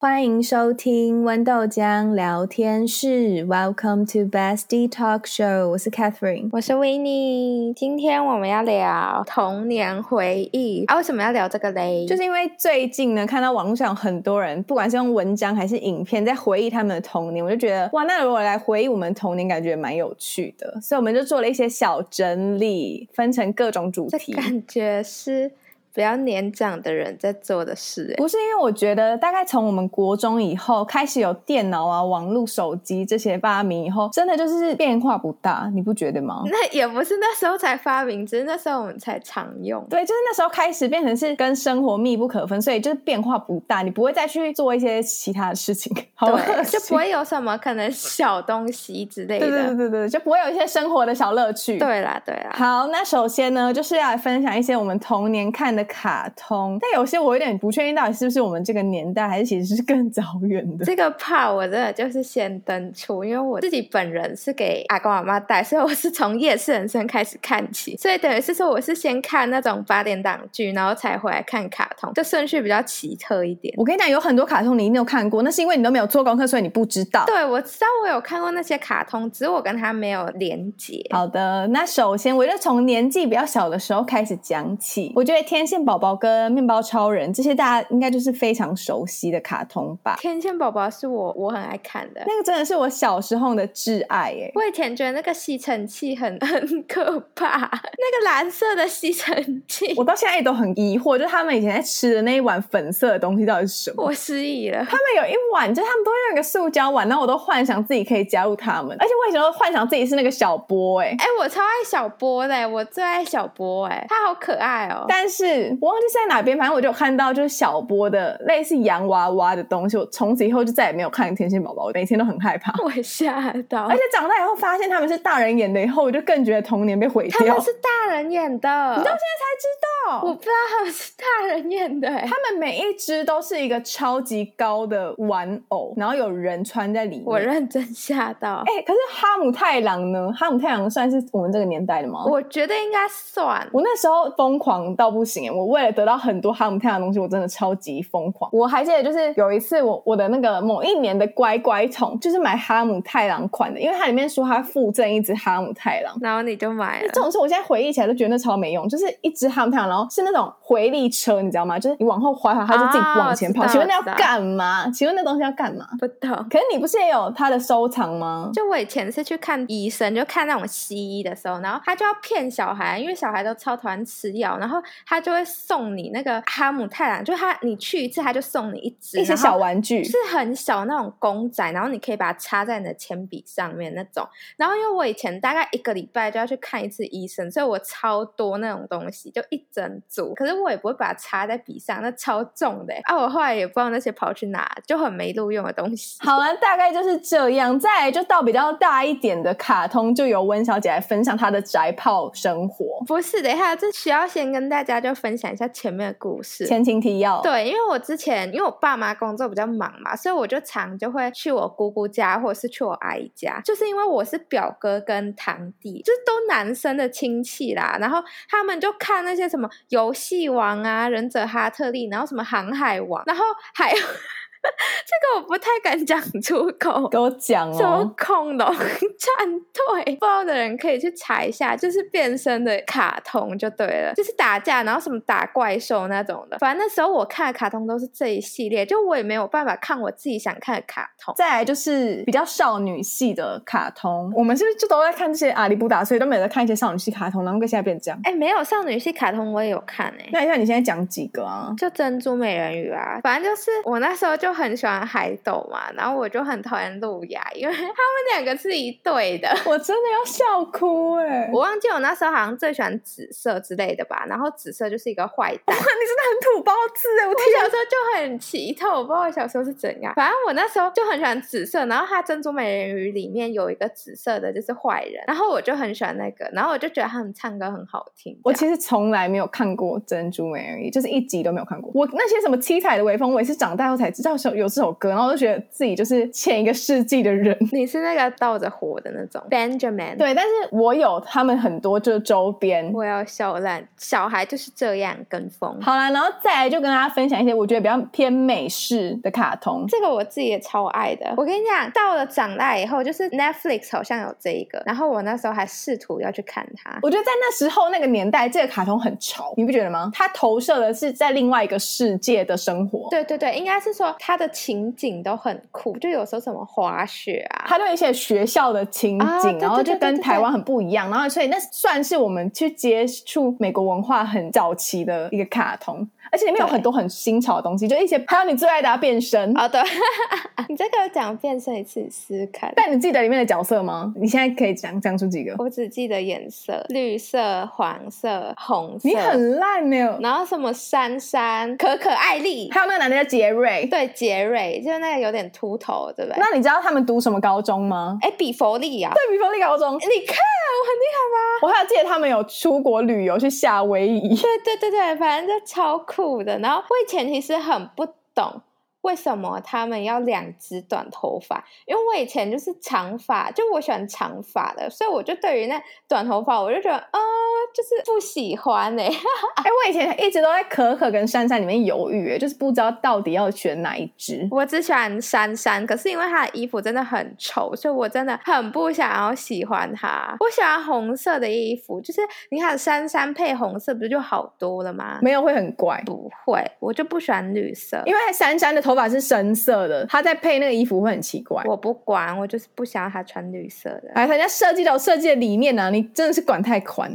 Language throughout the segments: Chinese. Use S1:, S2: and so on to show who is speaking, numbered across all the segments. S1: 欢迎收听豌豆浆聊天室，Welcome to Bestie Talk Show。我是 Catherine。
S2: 我是维尼，今天我们要聊童年回忆啊！为什么要聊这个嘞？
S1: 就是因为最近呢，看到网络上有很多人，不管是用文章还是影片，在回忆他们的童年，我就觉得哇，那如果来回忆我们童年，感觉蛮有趣的。所以我们就做了一些小整理，分成各种主
S2: 这
S1: 题。
S2: 感觉是比较年长的人在做的事、欸，
S1: 不是因为我觉得，大概从我们国中以后开始有电脑啊、网络、手机这些发明以后，真的就是变化不大，你不觉得吗？
S2: 那也不是那时候才发明，只是那时候我们才常用。
S1: 对，就是那时候开始变成是跟生活密不可分，所以就是变化不大，你不会再去做一些其他的事情，好恶
S2: 对，
S1: 心
S2: 就不会有什么可能小东西之类的。
S1: 对对对对对，就不会有一些生活的小乐趣。
S2: 对啊啦，对啦，
S1: 好，那首先呢，就是要来分享一些我们童年看的卡通，但有些我有点不确定到底是不是我们这个年代，还是其实是更早远 的。
S2: 这个怕我真的就是先登出，因为我自己本人是给阿公阿妈带，所以我是从夜市人生开始看起，所以等于是说我是先看那种八点档剧，然后才回来看卡通，这顺序比较奇特一点。
S1: 我跟你讲，有很多卡通你一定有看过，那是因为你都没有做功课，所以你不知道。
S2: 对，我知道我有看过那些卡通，只是我跟他没有连结。
S1: 好的，那首先我就从年纪比较小的时候开始讲起。我觉得《天线宝宝》跟《面包超人》这些大家应该就是非常熟悉的卡通吧？
S2: 天线宝宝是我我很爱看的，
S1: 那个真的是我小时候的挚爱欸耶、
S2: 我以前觉得那个吸尘器很 很可怕，那个蓝色的吸尘器，
S1: 我到现在也都很疑惑，就是他们以前在吃的那一碗粉色的东西到底是什么？
S2: 我失忆了。
S1: 他们有一碗，就是他们都用一个塑胶碗，然后我都幻想自己可以加入他们，而且我以前都幻想自己是那个小波哎、
S2: 哎、我超爱小波的，我最爱小波，哎，他好可爱哦。
S1: 但是我忘记是在哪边，反正我就有看到就是小波的类似洋娃娃的东西，我从此以后就再也没有看《天线宝宝》，我每天都很害怕。
S2: 我吓到
S1: 而，且长大以后发现他们是大人演的，以后我就更觉得童年被毁
S2: 他
S1: 掉。
S2: 们是大人演的，
S1: 你到现在才知道，
S2: 我不知道他们是大人演的、哎
S1: 他们每一只都是一个超级高的玩偶，然后有人穿在里面。
S2: 我认真吓到。
S1: 哎、可是哈姆太郎呢？哈姆太郎算是我们这个年代的吗？
S2: 我觉得应该算，
S1: 我那时候疯狂到不行耶，欸我为了得到很多哈姆太郎的东西，我真的超级疯狂。我还记得，就是有一次我我的那个某一年的乖乖桶，就是买哈姆太郎款的，因为它里面说它附赠一只哈姆太郎。
S2: 然后你就买了
S1: 这。种事我现在回忆起来都觉得那超没用，就是一只哈姆太郎，然后是那种回力车，你知道吗？就是你往后滑一滑，它就自己
S2: 啊
S1: 往前跑。
S2: 我知
S1: 请
S2: 道
S1: 问那要
S2: 我知道
S1: 干嘛？请问那东西要干嘛？
S2: 不懂。
S1: 可是你不是也有它的收藏吗？
S2: 就我以前是去看医生，就看那种西医的时候，然后他就要骗小孩，因为小孩都超讨厌吃药，然后他就会送你那个哈姆太郎，就他你去一次他就送你一只，
S1: 一些
S2: 然后
S1: 小玩具，
S2: 是很小那种公仔，然后你可以把它插在你的铅笔上面那种。然后因为我以前大概一个礼拜就要去看一次医生，所以我超多那种东西，就一整组。可是我也不会把它插在笔上，那超重的欸、啊！我后来也不知道那些跑去哪，就很没录用的东西。
S1: 好了，大概就是这样。再来就到比较大一点的卡通，就由温小姐来分享她的宅炮生活。
S2: 不是，等一下，这需要先跟大家就分享一下前面的故事。
S1: 前情提要，，
S2: 对，因为我之前因为我爸妈工作比较忙嘛，所以我就常就会去我姑姑家或者是去我阿姨家，就是因为我是表哥跟堂弟，就是都男生的亲戚啦。然后他们就看那些什么游戏王啊、忍者哈特利，然后什么航海王，然后还有 这个我不太敢讲出口，
S1: 给我讲
S2: 什么
S1: 哦。
S2: 恐 龙战队，不知道的人可以去查一下，就是变身的卡通就对了，就是打架，然后什么打怪兽那种的。反正那时候我看的卡通都是这一系列，就我也没有办法看我自己想看的卡通。
S1: 再来就是比较少女系的卡通，我们是不是就都在看这些阿里不达，所以都没有在看一些少女系卡通，然后跟现在变这样？
S2: 哎，没有少女系卡通我也有看哎、
S1: 那那你现在讲几个啊？
S2: 就珍珠美人鱼啊，反正就是我那时候就很喜欢海斗嘛，然后我就很讨厌露雅，因为他们两个是一对的。
S1: 我真的要笑哭哎、
S2: 我忘记我那时候好像最喜欢紫色之类的吧，然后紫色就是一个坏
S1: 你
S2: 蛋，
S1: 真的很土包子哎、我
S2: 我
S1: 天！
S2: 小时候就很奇特，我不知道我小时候是怎样。反正我那时候就很喜欢紫色，然后它珍珠美人鱼里面有一个紫色的，就是坏人，然后我就很喜欢那个，然后我就觉得他们唱歌很好听。
S1: 我
S2: 这样
S1: 其实从来没有看过《珍珠美人鱼》，就是一集都没有看过。我那些什么七彩的微风，我也是长大后才知道，首有这首歌，然后我就觉得自己就是前一个世纪的人。
S2: 你是那个倒着活的那种 Benjamin，，
S1: 对，但是我有他们很多就是周边。
S2: 我要笑烂，小孩就是这样跟风。
S1: 好啦，然后再来就跟大家分享一些我觉得比较偏美式的卡通。
S2: 这个我自己也超爱的。我跟你讲，到了长大以后，就是 Netflix 好像有这一个，然后我那时候还试图要去看它。
S1: 我觉得在那时候那个年代，这个卡通很潮，你不觉得吗？它投射的是在另外一个世界的生活，
S2: 对对对，应该是说它的情景都很酷，就有时候什么滑雪啊，
S1: 它对一些学校的情景，
S2: 啊对对
S1: 然后就
S2: 对对
S1: 跟
S2: 对
S1: 台湾很不一样，然后所以那算是我们去接触美国文化很早期的一个卡通，而且里面有
S2: 对
S1: 很多很新潮的东西，就一些还有你最爱的啊变身。
S2: 哦对， 你这个讲变身一次试试看。
S1: 但你记得里面的角色吗？你现在可以讲讲出几个？
S2: 我只记得颜色，绿色、黄色、红色。
S1: 你很烂呢、
S2: 然后什么珊珊、可可艾丽，
S1: 还有那个男的叫杰瑞，
S2: 对，杰瑞，就是那个有点秃头，对不对？
S1: 那你知道他们读什么高中吗？
S2: 哎，比佛利啊，
S1: 对，比佛利高中。
S2: 你看我很厉害吧？
S1: 我还有记得他们有出国旅游去夏威 夷，
S2: 对对对对，反正就超酷的。然后我以前其实很不懂。为什么他们要两只短头发？因为我以前就是长发，就我喜欢长发的，所以我就对于那短头发，我就觉得，呃，就是不喜欢哎、
S1: 哎、我以前一直都在可可跟珊珊里面犹豫、哎就是不知道到底要选哪一只。
S2: 我只喜欢珊珊，可是因为她的衣服真的很丑，所以我真的很不想要喜欢她。我喜欢红色的衣服，就是你看珊珊配红色不是就好多了吗？
S1: 没有会很怪，
S2: 不会，我就不喜欢绿色，
S1: 因为珊珊的头发是深色的，她在配那个衣服会很奇怪。
S2: 我不管，我就是不想要她穿绿色的。
S1: 哎，人家设计都有设计的理念啊，你真的是管太宽。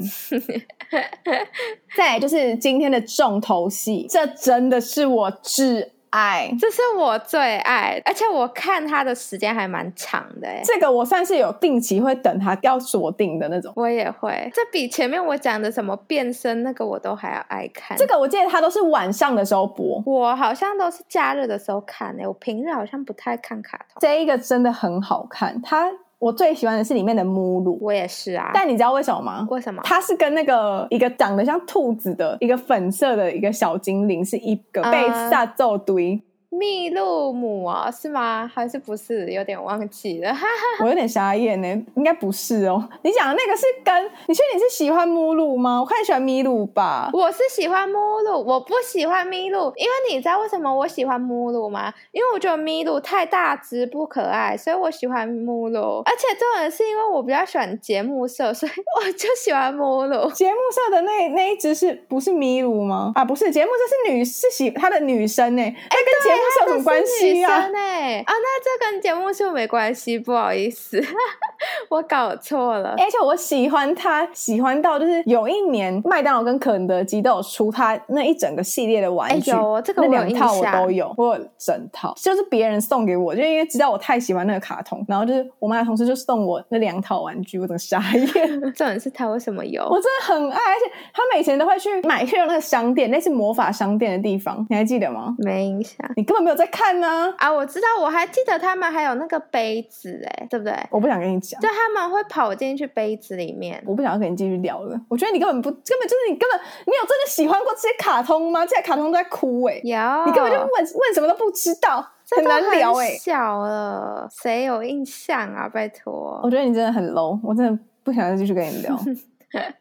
S1: 再来就是今天的重头戏，这真的是我挚爱。
S2: 这是我最爱，而且我看她的时间还蛮长的哎。
S1: 这个我算是有定期会等它要锁定的那种。
S2: 我也会，这比前面我讲的什么变身那个我都还要爱看。
S1: 这个我记得它都是晚上的时候播，
S2: 我好像都是假日的时候看欸诶，我平日好像不太看卡通。
S1: 这一个真的很好看。它我最喜欢的是里面的母乳，
S2: 我也是啊，
S1: 但你知道为什么吗？
S2: 为什么？
S1: 它是跟那个一个长得像兔子的一个粉色的一个小精灵是一个被
S2: 嗯
S1: 萨咒堆，
S2: 密露姆啊、是吗？还是不是？有点忘记了。哈 哈，
S1: 我有点傻眼呢，应该不是哦。你讲的那个是跟你确定你是喜欢母乳吗？我看你喜欢麋鹿吧。
S2: 我是喜欢目录，我不喜欢咪露，因为你知道为什么我喜欢目录吗？因为我觉得咪露太大只不可爱，所以我喜欢目录。而且重点是因为我比较喜欢节目社，所以我就喜欢目录。
S1: 节目社的那那一只是不是麋鹿吗？啊，不是，节目社是女是喜她的女生呢，那跟 节目社有什么关系
S2: 这哎是
S1: 啊
S2: 女？生哎、啊，那这跟节目社没关系，不好意思， 我搞错了。
S1: 而且我喜欢它，喜欢到就是有一年麦当劳跟肯德基都有出它那一整个系列的玩具，
S2: 哎有这个我有
S1: 那两套
S2: 印
S1: 我
S2: 象
S1: 都有，我有整套，就是别人送给我，就因为知道我太喜欢那个卡通，然后就是我妈的同事就送我那两套玩具，我整个傻 眼，
S2: 重点是他为什么有？
S1: 我真的很爱，而且他们以前都会去 买去那个商店，那是魔法商店的地方，你还记得吗？
S2: 没印象。
S1: 你根本没有在看呢、
S2: 啊，我知道，我还记得他们还有那个杯子，哎，对不对？
S1: 我不想跟你讲。
S2: 就他们会跑进去杯子里面。
S1: 我不想要跟你继续聊了。我觉得你根本不，根本就是你根本你有真的喜欢过这些卡通吗？这些卡通都在哭哎、
S2: 有，
S1: 你根本就问问什么都不知道，
S2: 这
S1: 很
S2: 都
S1: 难聊哎、
S2: 很小了，谁有印象啊？拜托
S1: 我，觉得你真的很 low，我真的不想再继续跟你聊。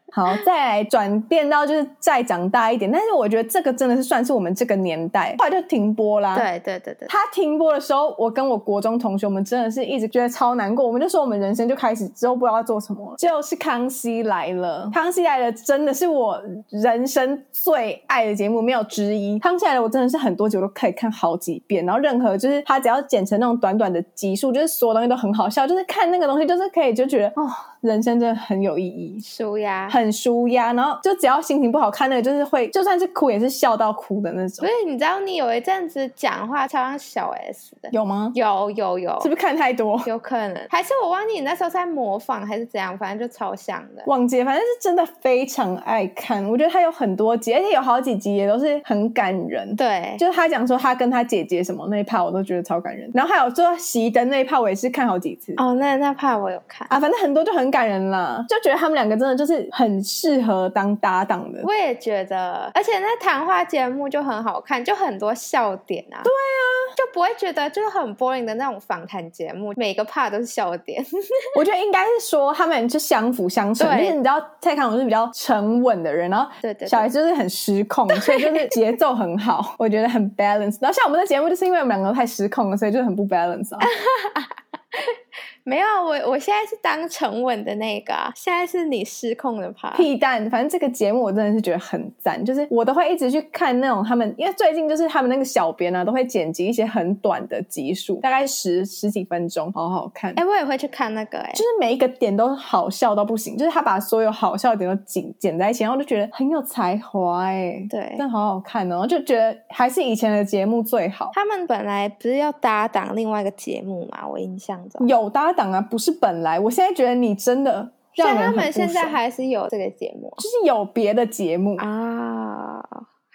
S1: 好，再来转变到就是再长大一点，但是我觉得这个真的是算是我们这个年代，后来就停播啦。。
S2: 对对对对，
S1: 他停播的时候，我跟我国中同学，我们真的是一直觉得超难过。我们就说我们人生就开始之后不知道要做什么了，就是《康熙来了》。《康熙来了》真的是我人生最爱的节目，没有之一。《康熙来了》我真的是很多集我都可以看好几遍，然后任何就是它只要剪成那种短短的集数，就是所有东西都很好笑，就是看那个东西就是可以就觉得哦，人生真的很有意义。
S2: 舒呀。
S1: 很舒压，然后就只要心情不好看，那个就是会，就算是哭也是笑到哭的那
S2: 不
S1: 种，
S2: 是，你知道你有一阵子讲话超像小 S 的，
S1: 有吗？
S2: 有有有
S1: 是，不是看太多？
S2: 有可能，还是我忘记你那时候在模仿还是怎样，反正就超像的。
S1: 网姐反正是真的非常爱看，我觉得她有很多集，而且有好几集也都是很感人。
S2: 对，
S1: 就是她讲说她跟她姐姐什么那一趴，我都觉得超感人。然后还有说熄灯那一趴，我
S2: 哦
S1: 也是看好几次。
S2: 哦，那那怕我有看。
S1: 啊，反正很多就很感人啦，就觉得他们两个真的就是很很适合当搭档的。
S2: 我也觉得，而且那谈话节目就很好看，就很多笑点啊。对啊，就不会觉得就是很 boring 的那种访谈节目，每个 part 都是笑点。
S1: 我觉得应该是说他们就相辅相成，就
S2: 对
S1: 是你知道蔡康永是比较沉稳的人，然后
S2: 对对对
S1: 小孩就是很失 控，所以就是节奏很好，我觉得很 balance。然后像我们的节目，就是因为我们两个太失控了，所以就很不 balance 啊。
S2: 没有啊，我我现在是当沉稳的那个、啊，现在是你失控的 part。
S1: 屁蛋，反正这个节目我真的是觉得很赞，就是我都会一直去看那种他们，因为最近就是他们那个小编啊，都会剪辑一些很短的集数，大概十十几分钟，好好看。
S2: 哎、我也会去看那个哎、
S1: 就是每一个点都好笑到不行，就是他把所有好笑的点都剪剪在一起，然后我就觉得很有才华哎、
S2: 对
S1: 但好好看哦，就觉得还是以前的节目最好。
S2: 他们本来不是要搭档另外一个节目嘛？我印象中，
S1: 有搭档啊，不是本来，我现在觉得你真的
S2: 所
S1: 让人
S2: 以他
S1: 很
S2: 们
S1: 不
S2: 现在
S1: 爽
S2: 还是有这个节目
S1: 就是有别的节目
S2: 啊。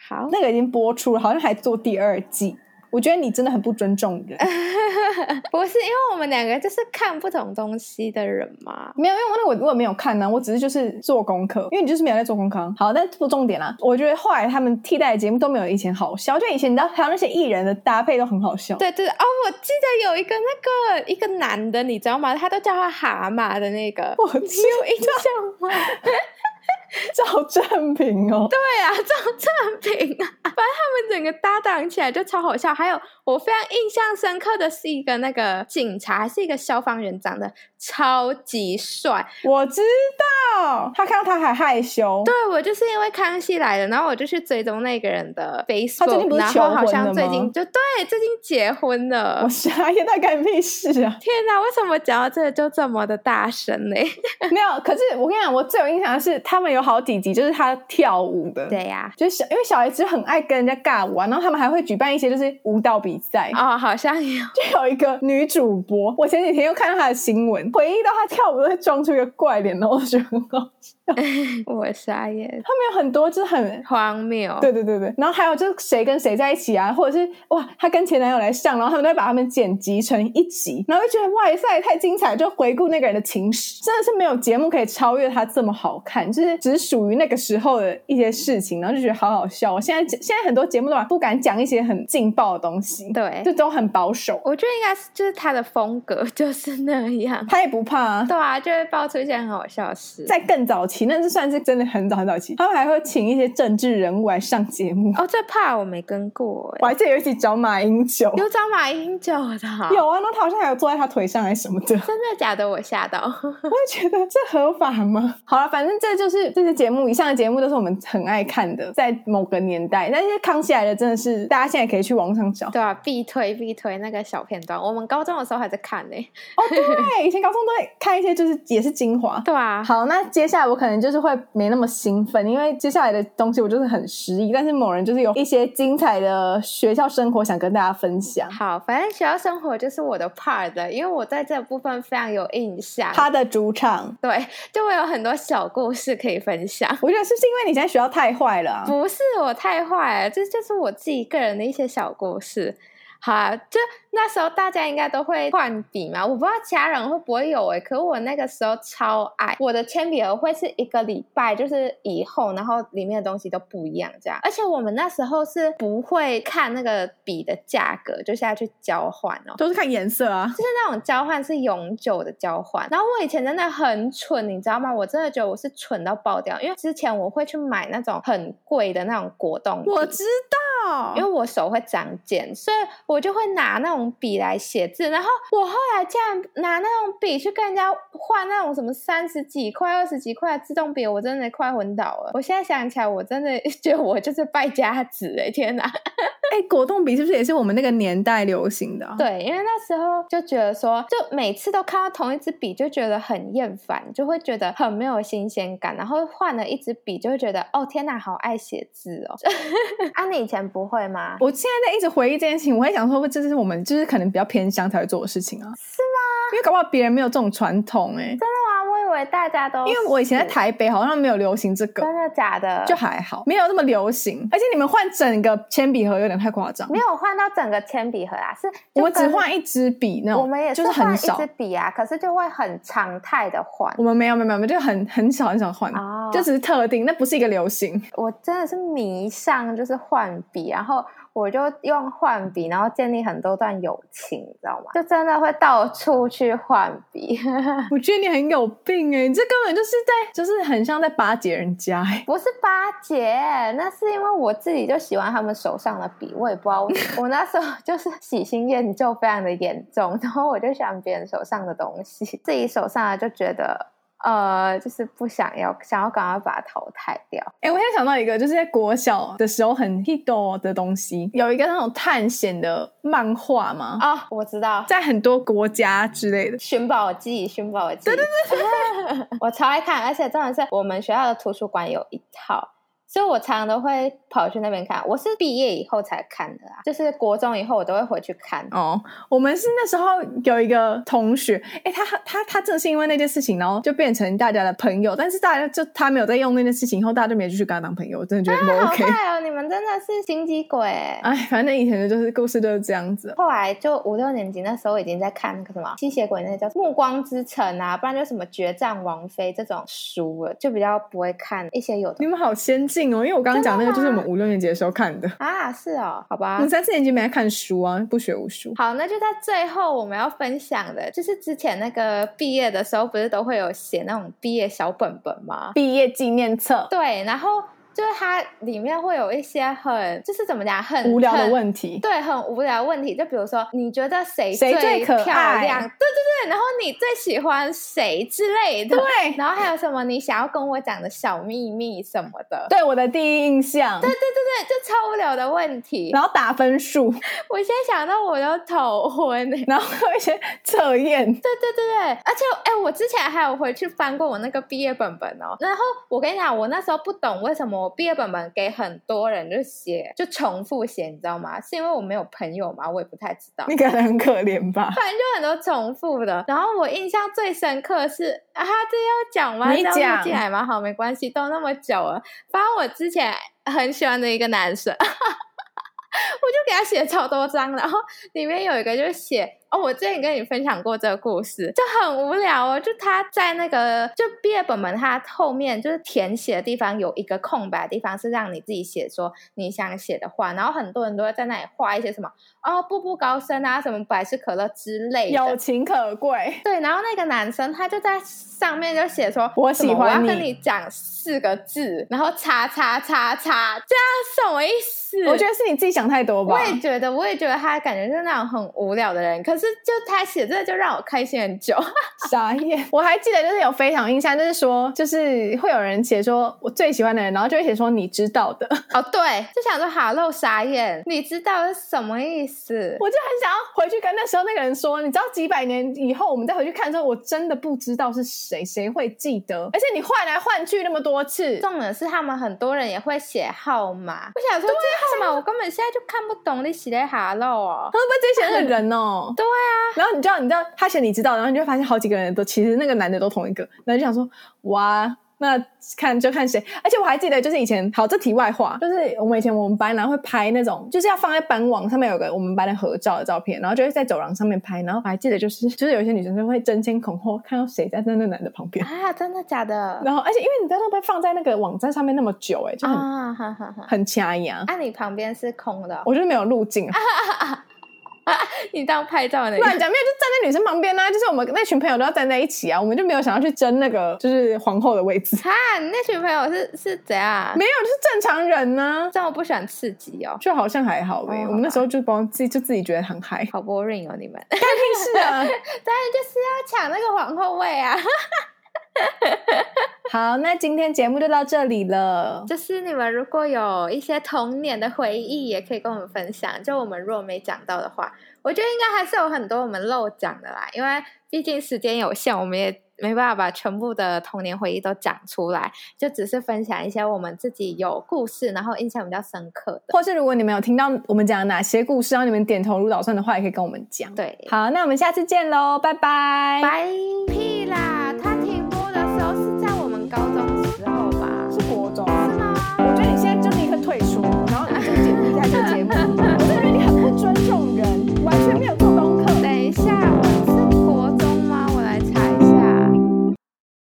S2: 好，
S1: 那个已经播出了，好像还做第二季。我觉得你真的很不尊重人，
S2: 不是因为我们两个就是看不同东西的人嘛。
S1: 没有，因为那我我也没有看呢、我只是就是做功课，因为你就是没有在做功课啊。好，但不重点啦、我觉得后来他们替代的节目都没有以前好笑，就以前你知道还有那些艺人的搭配都很好笑。
S2: 对对哦，我记得有一个那个一个男的，你知道吗？他都叫他蛤蟆的那个，
S1: 我
S2: 你有印象吗？
S1: 照正品哦，
S2: 对啊，赵正平 啊，反正他们整个搭档起来就超好笑。还有我非常印象深刻的是一个那个警察，还是一个消防员，长得超级帅。
S1: 我知道，他看到他还害羞。
S2: 对我就是因为康熙来了，然后我就去追踪那个人的 Facebook，
S1: 他最近不是
S2: 然
S1: 求
S2: 后好
S1: 婚
S2: 像
S1: 了
S2: 最
S1: 吗
S2: 近就对，最近结婚了！
S1: 我。傻眼，那干屁事啊
S2: 天哪，为什么讲到这个就这么的大声呢？
S1: 没有，可是我跟你讲，我最有印象的是他们有好几集，就是他跳舞的，，
S2: 对呀、
S1: 就是小，因为小孩子很爱跟人家尬舞啊，然后他们还会举办一些就是舞蹈比赛。
S2: 哦，好像有。
S1: 就有一个女主播，我前几天又看到她的新闻，回忆到她跳舞都会装出一个怪脸，然后我 觉得很好。
S2: 我傻眼，
S1: 他们有很多就是很。
S2: 荒谬。
S1: 对对对对，然后还有就是谁跟谁在一起啊，或者是哇，她跟前男友来上，然后他们都会把他们剪辑成一集，然后就觉得哇塞太精彩，就回顾那个人的情史，真的是没有节目可以超越她这么好看，就是只属于那个时候的一些事情，然后就觉得好好笑哦。现在现在很多节目都不敢讲一些很劲爆的东西，
S2: 对
S1: 就都很保守，
S2: 我觉得应该是就是他的风格 就是那样。
S1: 她也不怕啊，
S2: 对啊，就会爆出一些很好笑的事。
S1: 在更早期，那是算是真的很早很早期，他们还会请一些政治人物来上节目。
S2: 哦，这怕我没跟过
S1: 我
S2: 哎，
S1: 还记得有一集找马英九，
S2: 有找马英九的啊、
S1: 有啊，那他好像还有坐在他腿上还是什么的，
S2: 真的假的？我吓到。
S1: 我就觉得这合法吗？ 好了，反正这就是这些节目，以上的节目都是我们很爱看的，在某个年代。但是《康熙来了》真的是大家现在可以去网上找
S2: 对啊，必推必推那个小片段，我们高中的时候还在看呢、
S1: 哦，对，以前高中都会看一些，就是也是精华。
S2: 对啊，
S1: 好，那接下来我可能就是会没那么兴奋，因为接下来的东西我就是很失意。但是某人就是有一些精彩的学校生活想跟大家分享。
S2: 好，反正学校生活就是我的 part 的，因为我在这部分非常有印象。
S1: 他的主场，
S2: 对，就我有很多小故事可以分享。
S1: 我觉得是不是因为你现在学校太坏了、啊？
S2: 不是我太坏了，这就是我自己个人的一些小故事。好、啊，就那时候大家应该都会换笔嘛，我不知道其他人会不会有诶、欸可是我那个时候超爱我的铅笔盒会是一个礼拜，就是以后，然后里面的东西都不一样这样。而且我们那时候是不会看那个笔的价格，就是要去交换哦。
S1: 都是看颜色啊。
S2: 就是那种交换是永久的交换。然后我以前真的很蠢，你知道吗？我真的觉得我是蠢到爆掉，因为之前我会去买那种很贵的那种果冻笔。
S1: 道
S2: 因为我手会长茧，所以我就会拿那种笔来写字。然后我后来竟然拿那种笔去跟人家换那种什么三十几块、二十几块的自动笔，我真的快昏倒了。我现在想起来，我真的 觉得我就是败家子哎、天哪！
S1: 哎、果冻笔是不是也是我们那个年代流行的、啊？，
S2: 对，因为那时候就觉得说，就每次都看到同一支笔，就觉得很厌烦，就会觉得很没有新鲜感。然后换了一支笔，就会觉得哦，天哪，好爱写字 哦。啊，你以前不会吗？
S1: 我现在在一直回忆这件事情，我会想说，这是我们就是可能比较偏乡才会做的事情啊。是吗？因为搞不好别人没有这种传统哎、
S2: 对啊，我以为为大家都
S1: 因为我以前在
S2: 是
S1: 台北好像没有流行这个，
S2: 真的假的
S1: 就还好，没有那么流行。而且你们换整个铅笔盒有点太夸张，
S2: 没有换到整个铅笔盒啊，是
S1: 我们
S2: 就
S1: 只
S2: 跟
S1: 换一支笔那种，
S2: 我们也
S1: 就是
S2: 换
S1: 很
S2: 一
S1: 少
S2: 支。笔啊，可是就会很常态的换
S1: 我们没有没有没有，我们就很很少很少换，
S2: 哦
S1: 就只是特定，那不是一个流 行。
S2: 我真的是迷上就是换笔，然后我就用换笔，然后建立很多段友情，你知道吗？就真的会到处去换笔。
S1: 我觉得你很有病哎、你这根本就是在，就是很像在巴结人家哎、
S2: 不是巴结，那是因为我自己就喜欢他们手上的笔，我也不知道为什么，我那时候 就是喜新厌旧非常的严重，然后我就想别人手上的东西，自己手上的就觉得呃，就是不想要，想要赶快把它淘汰掉。
S1: 哎、我现在想到一个，就是在国小的时候很 hit 的东西，有一个那种探险的漫画嘛，
S2: 哦，我知道。
S1: 在很多国家之类的。
S2: 寻宝记，寻宝记，对对对， 我超爱看，而且真的是我们学校的图书馆有一套，所以我常常都会跑去那边看。我是毕业以后才看的啊，就是国中以后我都会回去看。
S1: 哦，我们是那时候有一个同学，哎、他他他正是因为那件事情，然后就变成大家的朋友，但是大家就他没有在用那件事情以后，大家就没有继续跟他当朋友，我真的觉得不
S2: 好
S1: OK。
S2: 坏哦！你们真的是心机鬼欸。
S1: 哎，反正以前的就是故事就是这样子。
S2: 后来就五六年级那时候已经在看那个什么吸血鬼，那个叫《暮光之城》啊，不然就什么《决战王妃》这种书了，就比较不会看一些有的
S1: 你们好先进哦，因为我刚刚讲那个就是我们五六年级的时候看的，
S2: 啊。是哦，好
S1: 我
S2: 吧
S1: 们。三四年级没在看书啊，不学无术。
S2: 好，那就在最后我们要分享的，就是之前那个毕业的时候，不是都会有写那种毕业小本本吗？
S1: 毕业纪念册，
S2: 对，然后就是它里面会有一些很，就是怎么讲，很
S1: 无聊的
S2: 很
S1: 问题。
S2: 对，很无聊的问题，就比如说，你觉得谁
S1: 谁最可
S2: 漂
S1: 爱
S2: 亮？对对对，然后你最喜欢谁之类的？
S1: 对
S2: 然后还有什么你想要跟我讲的小秘密什么的？
S1: 对，我的第一印象，
S2: 对对对，就超无聊的问题。
S1: 然后打分数，
S2: 我现在想到我都头昏欸。
S1: 然后还有一些测验。
S2: 对对对对，而且哎、我之前还有回去翻过我那个毕业本本哦。然后我跟你讲，我那时候不懂为什么我毕业本本给很多人就写就重复写，你知道吗？是因为我没有朋友嘛，我也不太知道。
S1: 你可能很可怜吧？
S2: 反正就很多重复的。然后我印象最深刻的是啊，这要讲吗？
S1: 你
S2: 这要录
S1: 讲
S2: 进来吗？好，没关系，都那么久了。反正我之前很喜欢的一个男生， 我就给他写超多张，然后里面有一个就是写。哦，我之前跟你分享过这个故事，就很无聊哦。就他在那个就毕业本本，他后面就是填写的地方有一个空白的地方，是让你自己写说你想写的话。然后很多人都会在那里画一些什么哦，步步高升啊，什么百事可乐之类
S1: 友
S2: 的。
S1: 情可贵，
S2: 对，然后那个男生他就在上面就写说，
S1: 我
S2: 什么
S1: 喜欢
S2: 我要跟
S1: 你
S2: 你讲四个字，然后叉叉叉叉，这样什么意思？
S1: 我觉得是你自己想太多吧
S2: 我。也觉得，我也觉得他感觉是那种很无聊的人，可是就他写这个就让我开心很久。
S1: 傻眼！我还记得就是有非常印象，就是说就是会有人写说我最喜欢的人，然后就会写说你知道的，
S2: 哦，对，就想说哈喽傻眼，你知道是什么 意思？
S1: 我就很想要回去跟那时候那个人说，你知道几百年以后我们再回去看的时候，我真的不知道是谁，谁会记得？而且你换来换去那么多次，
S2: 重点是他们很多人也会写号码，我
S1: 啊
S2: 想说这个号码我根本现在就看不懂，你写的哈喽哦。
S1: 他会不会最喜欢那个人哦？
S2: 对啊，
S1: 然后你知道，你知道他写你知道，然后你就会发现好几个人都其实那个男的都同一个，然后就想说哇。那看就看谁，而且我还记得，就是以前好，这题外话，就是我们以前我们班然后会拍那种，就是要放在班网上面有个我们班的合照的照片，然后就会在走廊上面拍，然后我还记得就是就是有一些女生就会争先恐后看到谁站在那男的旁 边，
S2: 啊，真的假的？
S1: 然后，而且因为你在那边放在那个网站上面那么久、 哎，就很、
S2: 啊，哈哈哈！
S1: 很掐牙。
S2: 啊，你旁边是空的哦、
S1: 我就是没有路径啊，
S2: 你当拍照 的那
S1: 不然
S2: 个。
S1: 讲没有就站在女生旁边啊，就是我们那群朋友都要站在一起啊，我们就没有想要去争那个就是皇后的位置，
S2: 哈，你那群朋友是是怎样？
S1: 没有，就是正常人呢、
S2: 这么不喜欢刺激哦，
S1: 就好像还好哎、
S2: 哦
S1: 我们那时候就帮自己就自己觉得很嗨，
S2: 好 boring 哦，你们。
S1: 是啊。
S2: 当然就是要抢那个皇后位啊，
S1: 好，那今天节目就到这里了。
S2: 就是你们如果有一些童年的回忆，也可以跟我们分享。就我们如果没讲到的话，我觉得应该还是有很多我们漏讲的啦，因为毕竟时间有限，我们也没办法把全部的童年回忆都讲出来，就只是分享一些我们自己有故事，然后印象比较深刻的。
S1: 或是如果你们有听到我们讲哪些故事，让你们点头如捣蒜的话，也可以跟我们讲。
S2: 对，
S1: 好，那我们下次见喽，拜拜，
S2: 拜，屁啦！